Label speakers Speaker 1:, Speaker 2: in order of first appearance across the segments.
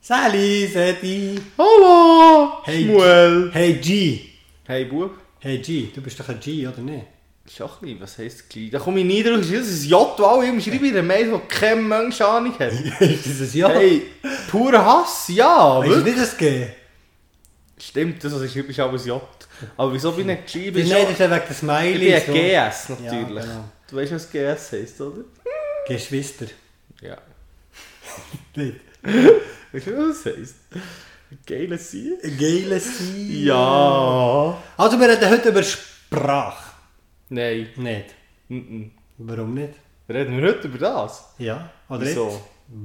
Speaker 1: Salut, Setti.
Speaker 2: Hallo!
Speaker 1: Hey,
Speaker 2: Schmuel!
Speaker 1: Hey, G.
Speaker 2: Hey Bub,
Speaker 1: Hey, G. Du bist doch ein G, oder nicht?
Speaker 2: schon ein bisschen, was heisst gleich? Da komme ich nie drauf, das ist ein J, wow, ich schreibe in einer Mail, die kein Mensch Ahnung hat.
Speaker 1: ist das ein Ja?
Speaker 2: Hey, purer Hass, ja,
Speaker 1: Weißt du
Speaker 2: wirklich.
Speaker 1: nicht, das geht?
Speaker 2: Stimmt, das, was ich schreibe, ist auch ein J. Aber wieso bin ich nicht
Speaker 1: Nein,
Speaker 2: geschrieben? Ich
Speaker 1: das
Speaker 2: bin
Speaker 1: ist ja wegen des
Speaker 2: ich
Speaker 1: Smiley.
Speaker 2: bin
Speaker 1: so.
Speaker 2: ein GS, natürlich.
Speaker 1: Ja, genau.
Speaker 2: Du weißt, was GS heisst, oder?
Speaker 1: Geschwister.
Speaker 2: Ja.
Speaker 1: Nicht?
Speaker 2: Weißt du, was das heisst? Geile Sie?
Speaker 1: Geile Sie.
Speaker 2: Ja.
Speaker 1: Also, wir reden heute über Sprache.
Speaker 2: Nein.
Speaker 1: Nicht.
Speaker 2: Mhm.
Speaker 1: Warum nicht?
Speaker 2: Reden wir nicht über das?
Speaker 1: Ja. Oder
Speaker 2: Wieso?
Speaker 1: jetzt?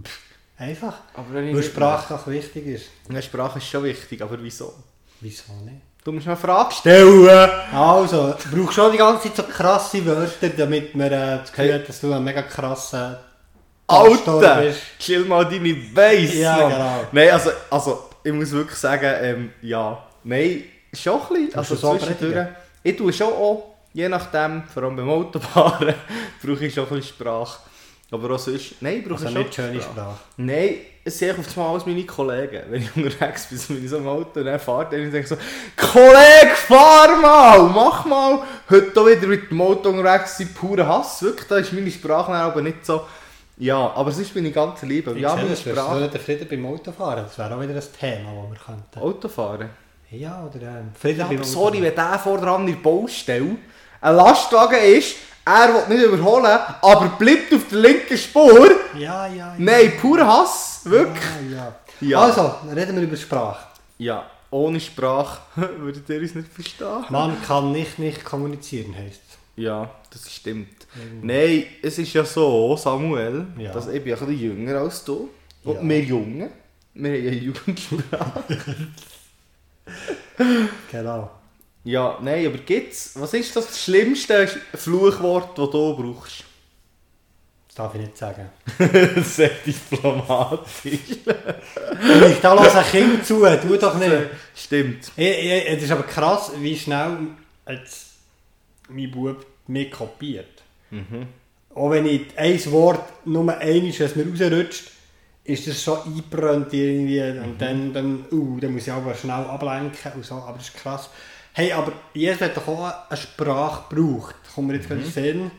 Speaker 1: Pff, Einfach.
Speaker 2: Aber wenn ich
Speaker 1: Weil
Speaker 2: nicht-
Speaker 1: Sprache auch wichtig ist.
Speaker 2: Ja, Sprache ist schon wichtig, aber wieso?
Speaker 1: Wieso nicht?
Speaker 2: Du musst mir eine Frage stellen.
Speaker 1: Stellen! Also, du brauchst schon die ganze Zeit so krasse Wörter, damit man äh, das Gefühl
Speaker 2: Hey.
Speaker 1: hat, dass du ein mega krasser Pastor
Speaker 2: Alter,
Speaker 1: bist.
Speaker 2: chill mal deine Base.
Speaker 1: Ja,
Speaker 2: Mann.
Speaker 1: genau.
Speaker 2: Nein, also, also, ich muss wirklich sagen, ähm, ja. Nein, schon ein bisschen. Also,
Speaker 1: du so
Speaker 2: zwischendurch.
Speaker 1: predigen?
Speaker 2: Ich tue schon auch, je nachdem, vor allem beim Autofahren, brauche ich schon ein bisschen Sprache. Aber auch sonst, nein, brauche
Speaker 1: Also
Speaker 2: ich
Speaker 1: nicht
Speaker 2: schon
Speaker 1: schöne Sprache.
Speaker 2: Nein, es sehe ich auf einmal als meine Kollegen. Wenn ich unterwegs bin, so bin ich so im Auto und dann fahrt er und ich denke so, Kollege, fahr mal, mach mal. Heute auch wieder mit dem Auto unterwegs sein, purer Hass. Wirklich, da ist meine Sprache dann aber nicht so... Ja, aber sonst bin ich ganz lieb.
Speaker 1: Ich
Speaker 2: Ja,
Speaker 1: sehe
Speaker 2: meine
Speaker 1: das, wirst du
Speaker 2: Sprache...
Speaker 1: nicht Frieden beim Autofahren? Das wäre auch wieder ein Thema, das wir könnten.
Speaker 2: Autofahren.
Speaker 1: Ja, oder ähm, Frieden
Speaker 2: Ja,
Speaker 1: beim
Speaker 2: aber sorry,
Speaker 1: Autofahren.
Speaker 2: wenn der vor dran in der Baustelle ein Lastwagen ist, er will nicht überholen, aber bleibt auf der linken Spur.
Speaker 1: Ja, ja, ja.
Speaker 2: Nein, purer Hass, wirklich.
Speaker 1: Ja, ja.
Speaker 2: Ja.
Speaker 1: Also, reden wir über Sprache.
Speaker 2: Ja, ohne Sprache würdet ihr uns nicht verstehen.
Speaker 1: Man kann nicht nicht kommunizieren, heisst es.
Speaker 2: Ja, das stimmt. Nein, es ist ja so, Samuel,
Speaker 1: Mhm. Ja.
Speaker 2: dass ich bin ein bisschen jünger als du. Und
Speaker 1: Ja.
Speaker 2: wir Jungen, wir haben ja Jugendsprache.
Speaker 1: Genau.
Speaker 2: ja, nein, aber gibt's, was ist das schlimmste Fluchwort, das du brauchst?
Speaker 1: Das darf ich nicht sagen.
Speaker 2: Sehr diplomatisch.
Speaker 1: Ich da lasse ein Kind zu, tu doch nicht.
Speaker 2: stimmt.
Speaker 1: Ich- ich- Es ist aber krass, wie schnell jetzt mein Bub mich kopiert. Auch wenn ich ein Wort nur einiges, was mir rausrutscht, ist das schon eingebrannt irgendwie. Und dann, dann, uh, dann muss ich aber schnell ablenken und so. Aber das ist krass. Hey, aber jeder hat doch auch eine Sprache gebraucht. Kommen wir jetzt gerade in den Sinn,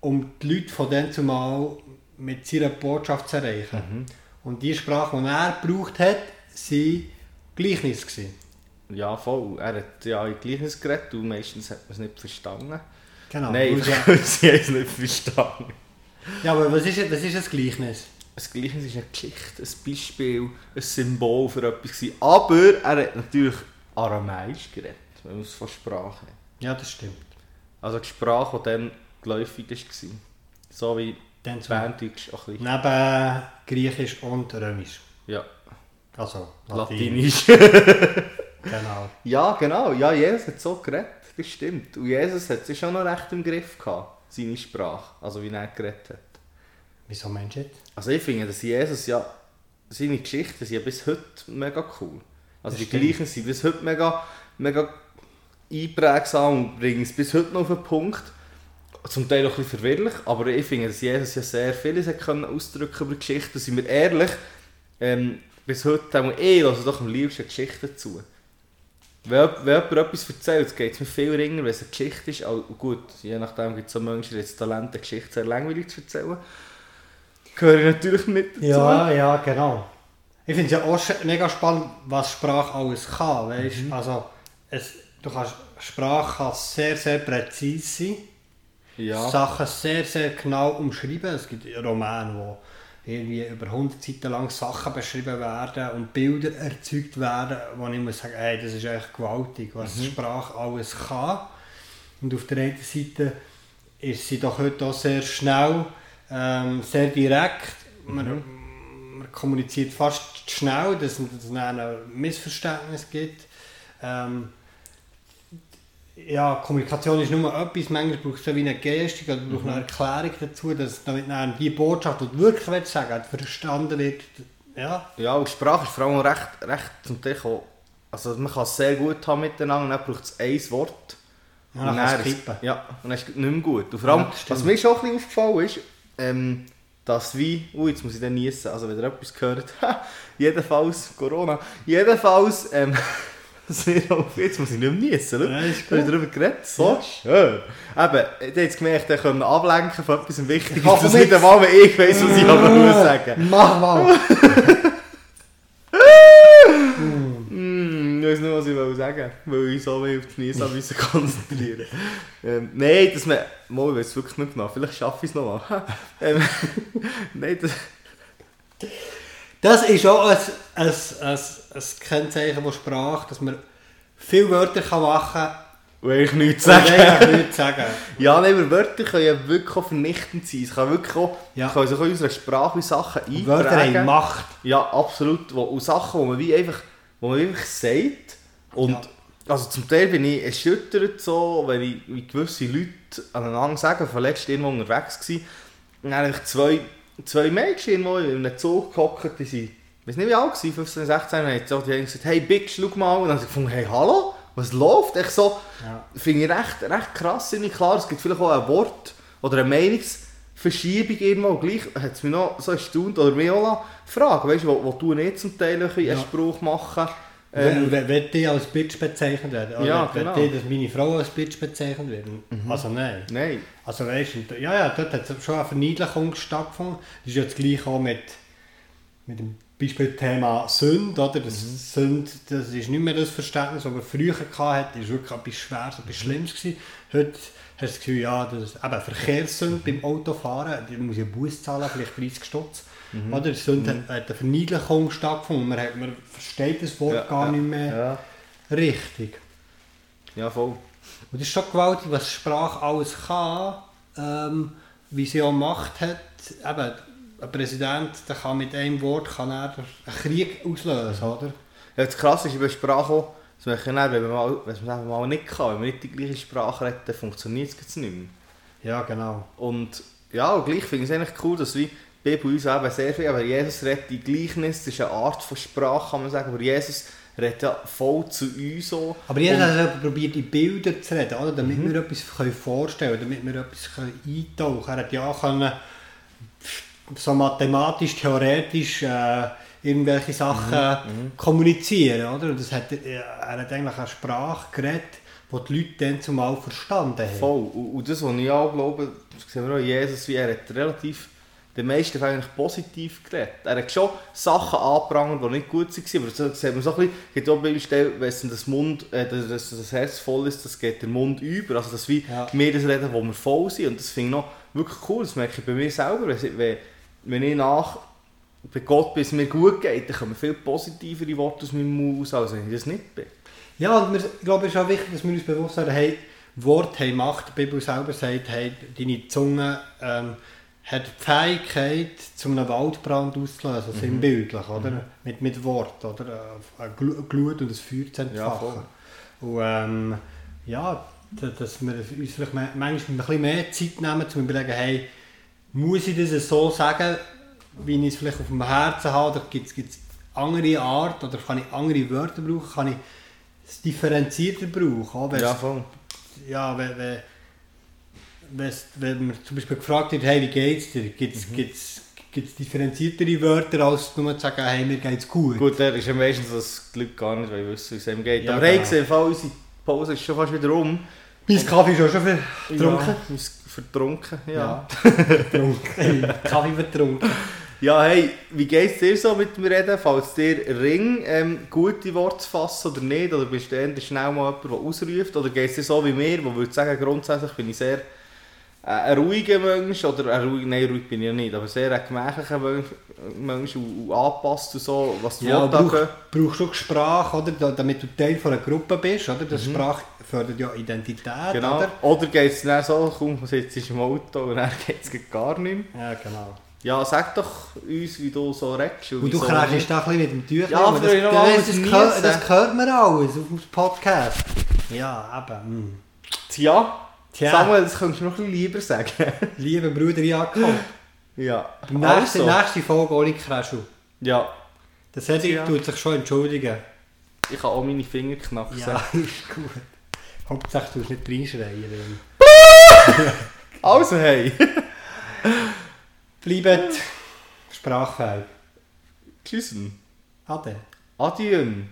Speaker 1: um die Leute von dann zumal mit seiner Botschaft zu erreichen. Und die Sprache, die er gebraucht hat, waren Gleichnis. Gewesen.
Speaker 2: Ja, voll. Er hat ja in Gleiches geredet und meistens hat man es nicht verstanden.
Speaker 1: Genau.
Speaker 2: nein,
Speaker 1: Und ja-
Speaker 2: sie haben es nicht verstanden.
Speaker 1: Ja, aber was ist, was ist das Gleichnis?
Speaker 2: Ein Gleichnis ist eine Geschichte, ein Beispiel, ein Symbol für etwas. gewesen. Aber er hat natürlich Aramäisch geredet, wenn man es von Sprache hat.
Speaker 1: Ja, das stimmt.
Speaker 2: Also die Sprache, die dann geläufig war. So wie
Speaker 1: Dann zum-
Speaker 2: Berndeutsch auch ein bisschen.
Speaker 1: Neben Griechisch und Römisch.
Speaker 2: Ja,
Speaker 1: Also Latein.
Speaker 2: Latinisch.
Speaker 1: Genau.
Speaker 2: ja, genau. Ja, Jesus hat so geredet, das stimmt. Und Jesus hat es schon noch recht im Griff gehabt, seine Sprache, also wie er geredet hat.
Speaker 1: Wieso meinst du jetzt?
Speaker 2: Also ich finde, dass Jesus ja seine Geschichten sind ja bis heute mega cool. Also
Speaker 1: Das
Speaker 2: die
Speaker 1: stimmt.
Speaker 2: gleichen sind bis heute mega, mega einprägsam und bringen es bis heute noch auf den Punkt. Zum Teil auch ein bisschen verwirrlich, aber ich finde, dass Jesus ja sehr vieles hat können ausdrücken über Geschichten. Und Sind wir ehrlich, ähm, bis heute haben wir eh also doch am liebsten Geschichten zu. Wenn, wenn jemand etwas erzählt, geht es mir viel ringer, wenn es eine Geschichte ist. Also gut, je nachdem gibt es so Menschen, die das Talent, eine Geschichte sehr langweilig zu erzählen. Gehöre ich natürlich nicht dazu.
Speaker 1: Ja, ja, genau. Ich finde es ja auch sch- mega spannend, was Sprache alles kann. Weißt? Also, es, du kannst, Sprache kann sehr, sehr präzise sein.
Speaker 2: ja.
Speaker 1: Sachen sehr, sehr genau umschreiben. Es gibt Romane, wo irgendwie über 100 Seiten lang Sachen beschrieben werden und Bilder erzeugt werden, wo ich muss sagen, ey, das ist echt gewaltig, was Sprache alles kann. Und auf der einen Seite ist sie doch heute auch sehr schnell, ähm, sehr direkt. Man, man kommuniziert fast zu schnell, dass es dann ein Missverständnis gibt. Ähm, ja, Kommunikation ist nur etwas. Manchmal braucht es so wie eine Gestik oder braucht
Speaker 2: Mhm.
Speaker 1: eine Erklärung dazu, dass damit dann die Botschaft, die du wirklich willst sagen willst, verstanden wird. Ja,
Speaker 2: ja, und Sprache ist vor allem recht, recht zum Teil auch, also man kann es sehr gut haben miteinander, dann braucht es ein Wort.
Speaker 1: Ja, dann kann es
Speaker 2: ist-
Speaker 1: kippen.
Speaker 2: Ja, und dann ist es nicht mehr gut. Und vor allem,
Speaker 1: Ja, das stimmt.
Speaker 2: was mir schon ein bisschen aufgefallen ist, ähm, dass wie, ui, jetzt muss ich dann niessen, also wenn ihr etwas gehört, jedenfalls, Corona, jedenfalls, ähm, sehr auf, jetzt muss ich nicht mehr niessen, schau.
Speaker 1: Nein, ist
Speaker 2: Wir
Speaker 1: gut.
Speaker 2: haben darüber geredet, so schön. Eben, ihr habt es gemerkt, ihr könnt ablenken von etwas Wichtiges,
Speaker 1: Ja, komm
Speaker 2: das nicht
Speaker 1: jetzt.
Speaker 2: einmal mehr ich weiss, was ich aber muss sagen.
Speaker 1: Mach mal!
Speaker 2: Mm, ich weiß nicht, was ich will sagen weil ich so wenig auf die Nies müssen konzentrieren ähm, Nein, dass man... Mal, ich weiß es wirklich nicht genau, vielleicht schaffe ich es nochmal. ähm, nein, das...
Speaker 1: Das ist auch ein, ein, ein, ein Kennzeichen von Sprache, dass man viele Wörter kann machen
Speaker 2: Will ich nichts
Speaker 1: kann, die
Speaker 2: sagen.
Speaker 1: ich nicht sagen
Speaker 2: Ja, nein, aber Wörter können ja wirklich auch vernichtend sein. Es kann wirklich auch...
Speaker 1: Ja.
Speaker 2: Können sich auch in unserer Sprache in Sachen einprägen.
Speaker 1: Wörter haben Macht.
Speaker 2: Ja, absolut. Wo, und Sachen, die man wie einfach, wo man einfach sagt. Und
Speaker 1: Ja.
Speaker 2: also zum Teil bin ich erschüttert, so, wenn ich wie gewisse Leute aneinander sagen, ich war letztens irgendwo unterwegs. Gewesen, und dann habe ich zwei, zwei Mädchen irgendwo in einem Zug gehockt, die sind, ich weiß nicht wie alt, waren, 15, 16, und haben gesagt, die haben gesagt, hey Big, schau mal. Und dann habe ich gefunden, hey, hallo, was läuft? Ich so,
Speaker 1: Ja.
Speaker 2: finde ich recht, recht krass. Irgendwie. Klar, es gibt vielleicht auch ein Wort oder eine Meinungsverschiebung irgendwo. Gleich hat es mich noch so erstaunt oder mich auch lassen fragen, weißt, wo, wo du nicht zum Teil ein bisschen
Speaker 1: Ja.
Speaker 2: einen Spruch machen
Speaker 1: Wenn,
Speaker 2: ähm,
Speaker 1: wenn, wenn die als Bitch bezeichnet werden, oder
Speaker 2: Ja,
Speaker 1: wenn
Speaker 2: genau. Mhm.
Speaker 1: die, dass meine Frau als Bitch bezeichnet wird, also nein.
Speaker 2: Nein.
Speaker 1: Also weißt du, ja, ja, dort hat es schon eine Verniedlichung stattgefunden. Das ist ja das gleiche auch mit, mit dem Beispiel Thema Sünde, oder? Das
Speaker 2: Mhm.
Speaker 1: Sünde, das ist nicht mehr das Verständnis, was man früher hatte, ist wirklich etwas Schweres,
Speaker 2: Mhm.
Speaker 1: etwas Schlimmes gewesen. Heute hast du das Gefühl, ja, das, eben Verkehrssünde
Speaker 2: Mhm.
Speaker 1: beim Autofahren, da muss ich einen Bus zahlen, vielleicht 30 Stutz.
Speaker 2: Mhm.
Speaker 1: Oder? Sünde hat, hat eine Verniedlichung stattgefunden, man, hat, man versteht das Wort
Speaker 2: Ja,
Speaker 1: gar
Speaker 2: ja,
Speaker 1: nicht mehr
Speaker 2: Ja.
Speaker 1: richtig.
Speaker 2: ja, voll.
Speaker 1: Und es ist schon gewaltig, was Sprache alles kann, ähm, wie sie auch Macht hat. Eben, ein Präsident der kann mit einem Wort kann er einen Krieg auslösen, oder?
Speaker 2: Ja, das Krasse ist über Sprache auch, dass man kann, auch, wenn man mal, wenn man einfach mal nicht kann, wenn man nicht die gleiche Sprache redet, dann funktioniert es nicht mehr.
Speaker 1: Ja, genau.
Speaker 2: Und ja, und gleich finde ich es eigentlich cool, dass wie die Bibel uns eben sehr viel, aber Jesus redet die Gleichnis, das ist eine Art von Sprache, kann man sagen, aber Jesus redet ja voll zu uns so.
Speaker 1: Aber jeder
Speaker 2: Und-
Speaker 1: hat eben probiert, in Bilder zu reden, oder? damit wir etwas können vorstellen können, damit wir etwas können eintauchen können. Er hat ja auch können, so mathematisch, theoretisch äh, irgendwelche Sachen kommunizieren. Oder? Und Das hat, er er hat eigentlich eine Sprache geredet, die die Leute dann zumal verstanden haben.
Speaker 2: Voll. Und, und das, was ich auch glaube, das sehen wir auch, Jesus, wie er hat relativ den meisten Fällen eigentlich positiv geredet. Er hat schon Sachen angeprangert, die nicht gut waren, aber so sieht man so ein bisschen, es gibt auch bei Stellen, wenn das Mund, äh, dass, dass das Herz voll ist, das geht der Mund über, also dass wie
Speaker 1: Ja.
Speaker 2: wir das reden, wo wir voll sind und das finde ich noch wirklich cool, das merke ich bei mir selber, wenn, wenn- wenn ich nach bei Gott bin, es mir gut geht, dann kommen viel positivere Worte aus meinem Mund raus, als wenn ich das nicht bin.
Speaker 1: Ja, und wir, ich glaube, es ist auch wichtig, dass wir uns bewusst werden, hey, Wort haben Macht. Die Bibel selber sagt, hey, deine Zunge ähm, hat die Fähigkeit, zum einen Waldbrand auszulösen, also
Speaker 2: Mhm.
Speaker 1: sinnbildlich, oder? Mit, mit Wort, oder? Äh, Eine Glu- Glut und ein Feuer zu
Speaker 2: Ja, voll.
Speaker 1: entfachen. und ähm, ja, d- dass wir uns vielleicht ma- manchmal ein bisschen mehr Zeit nehmen, um zu überlegen, hey, muss ich das so sagen, wie ich es vielleicht auf dem Herzen habe, oder gibt es andere Art, oder kann ich andere Wörter brauchen, kann ich es differenzierter brauchen, auch wenn
Speaker 2: Ja,
Speaker 1: ja.
Speaker 2: voll.
Speaker 1: ja, wenn, wenn, wenn's- wenn man zum Beispiel gefragt wird, hey, wie geht's dir, gibt
Speaker 2: Mhm.
Speaker 1: es gibt's, gibt's differenziertere Wörter, als nur zu sagen, hey, mir geht's gut.
Speaker 2: Gut, der ist ja meistens, dass die Leute gar nicht wissen, wie es ihm geht.
Speaker 1: Ja,
Speaker 2: Aber hey,
Speaker 1: genau.
Speaker 2: gesehen, Fall, unsere Pause ist schon fast wieder um.
Speaker 1: Mein Kaffee ist auch schon ver- vertrunken.
Speaker 2: Ja, uns vertrunken, ja.
Speaker 1: vertrunken. Kaffee vertrunken.
Speaker 2: ja. hey, wie geht es dir so mit dem Reden? Falls dir Ring ähm, gute Worte zu fassen oder nicht? Oder bist du eher schnell mal jemand, der ausruft? Oder geht es dir so wie mir, wo würde sagen, grundsätzlich bin ich sehr äh, ein ruhiger Mensch. Oder ein ruhig, nein, ruhig bin ich ja nicht, aber sehr ein gemächlicher Mensch, Mensch und, und angepasst und so, was die
Speaker 1: Ja,
Speaker 2: Worte
Speaker 1: brauch,
Speaker 2: angeht.
Speaker 1: brauchst du Sprache, oder? Da- damit du Teil von einer Gruppe bist. Oder? Das Sprache fördert ja Identität.
Speaker 2: Mhm. Genau.
Speaker 1: Oder?
Speaker 2: Oder, geht es dann so, komm, sitzt im Auto und dann geht es gar nicht mehr.
Speaker 1: Ja, genau.
Speaker 2: Ja, sag doch uns, wie du so redest.
Speaker 1: Und du
Speaker 2: wieso
Speaker 1: krächst da ein bisschen mit dem Tüchlein.
Speaker 2: Ja,
Speaker 1: aber das,
Speaker 2: früher noch
Speaker 1: das,
Speaker 2: alles
Speaker 1: das,
Speaker 2: niesen.
Speaker 1: gehört- das hört man alles auf dem Podcast. Ja, eben. mm.
Speaker 2: nicht. Tja,
Speaker 1: Tja.
Speaker 2: Samuel, das könntest du noch ein bisschen lieber sagen.
Speaker 1: Lieber Bruder Jakob,
Speaker 2: ja.
Speaker 1: nächste,
Speaker 2: Also.
Speaker 1: nächste Folge ohne Kreschel.
Speaker 2: Ja,
Speaker 1: Das Hedwig
Speaker 2: Ja.
Speaker 1: tut sich schon entschuldigen.
Speaker 2: ich kann auch meine Finger knacken.
Speaker 1: Ja, ist gut. Hauptsache du musst
Speaker 2: Oh,
Speaker 1: nicht reinschreien. Lin.
Speaker 2: Also, hey.
Speaker 1: Bleibt sprachfähig.
Speaker 2: Tschüssen.
Speaker 1: Ade.
Speaker 2: Adieu.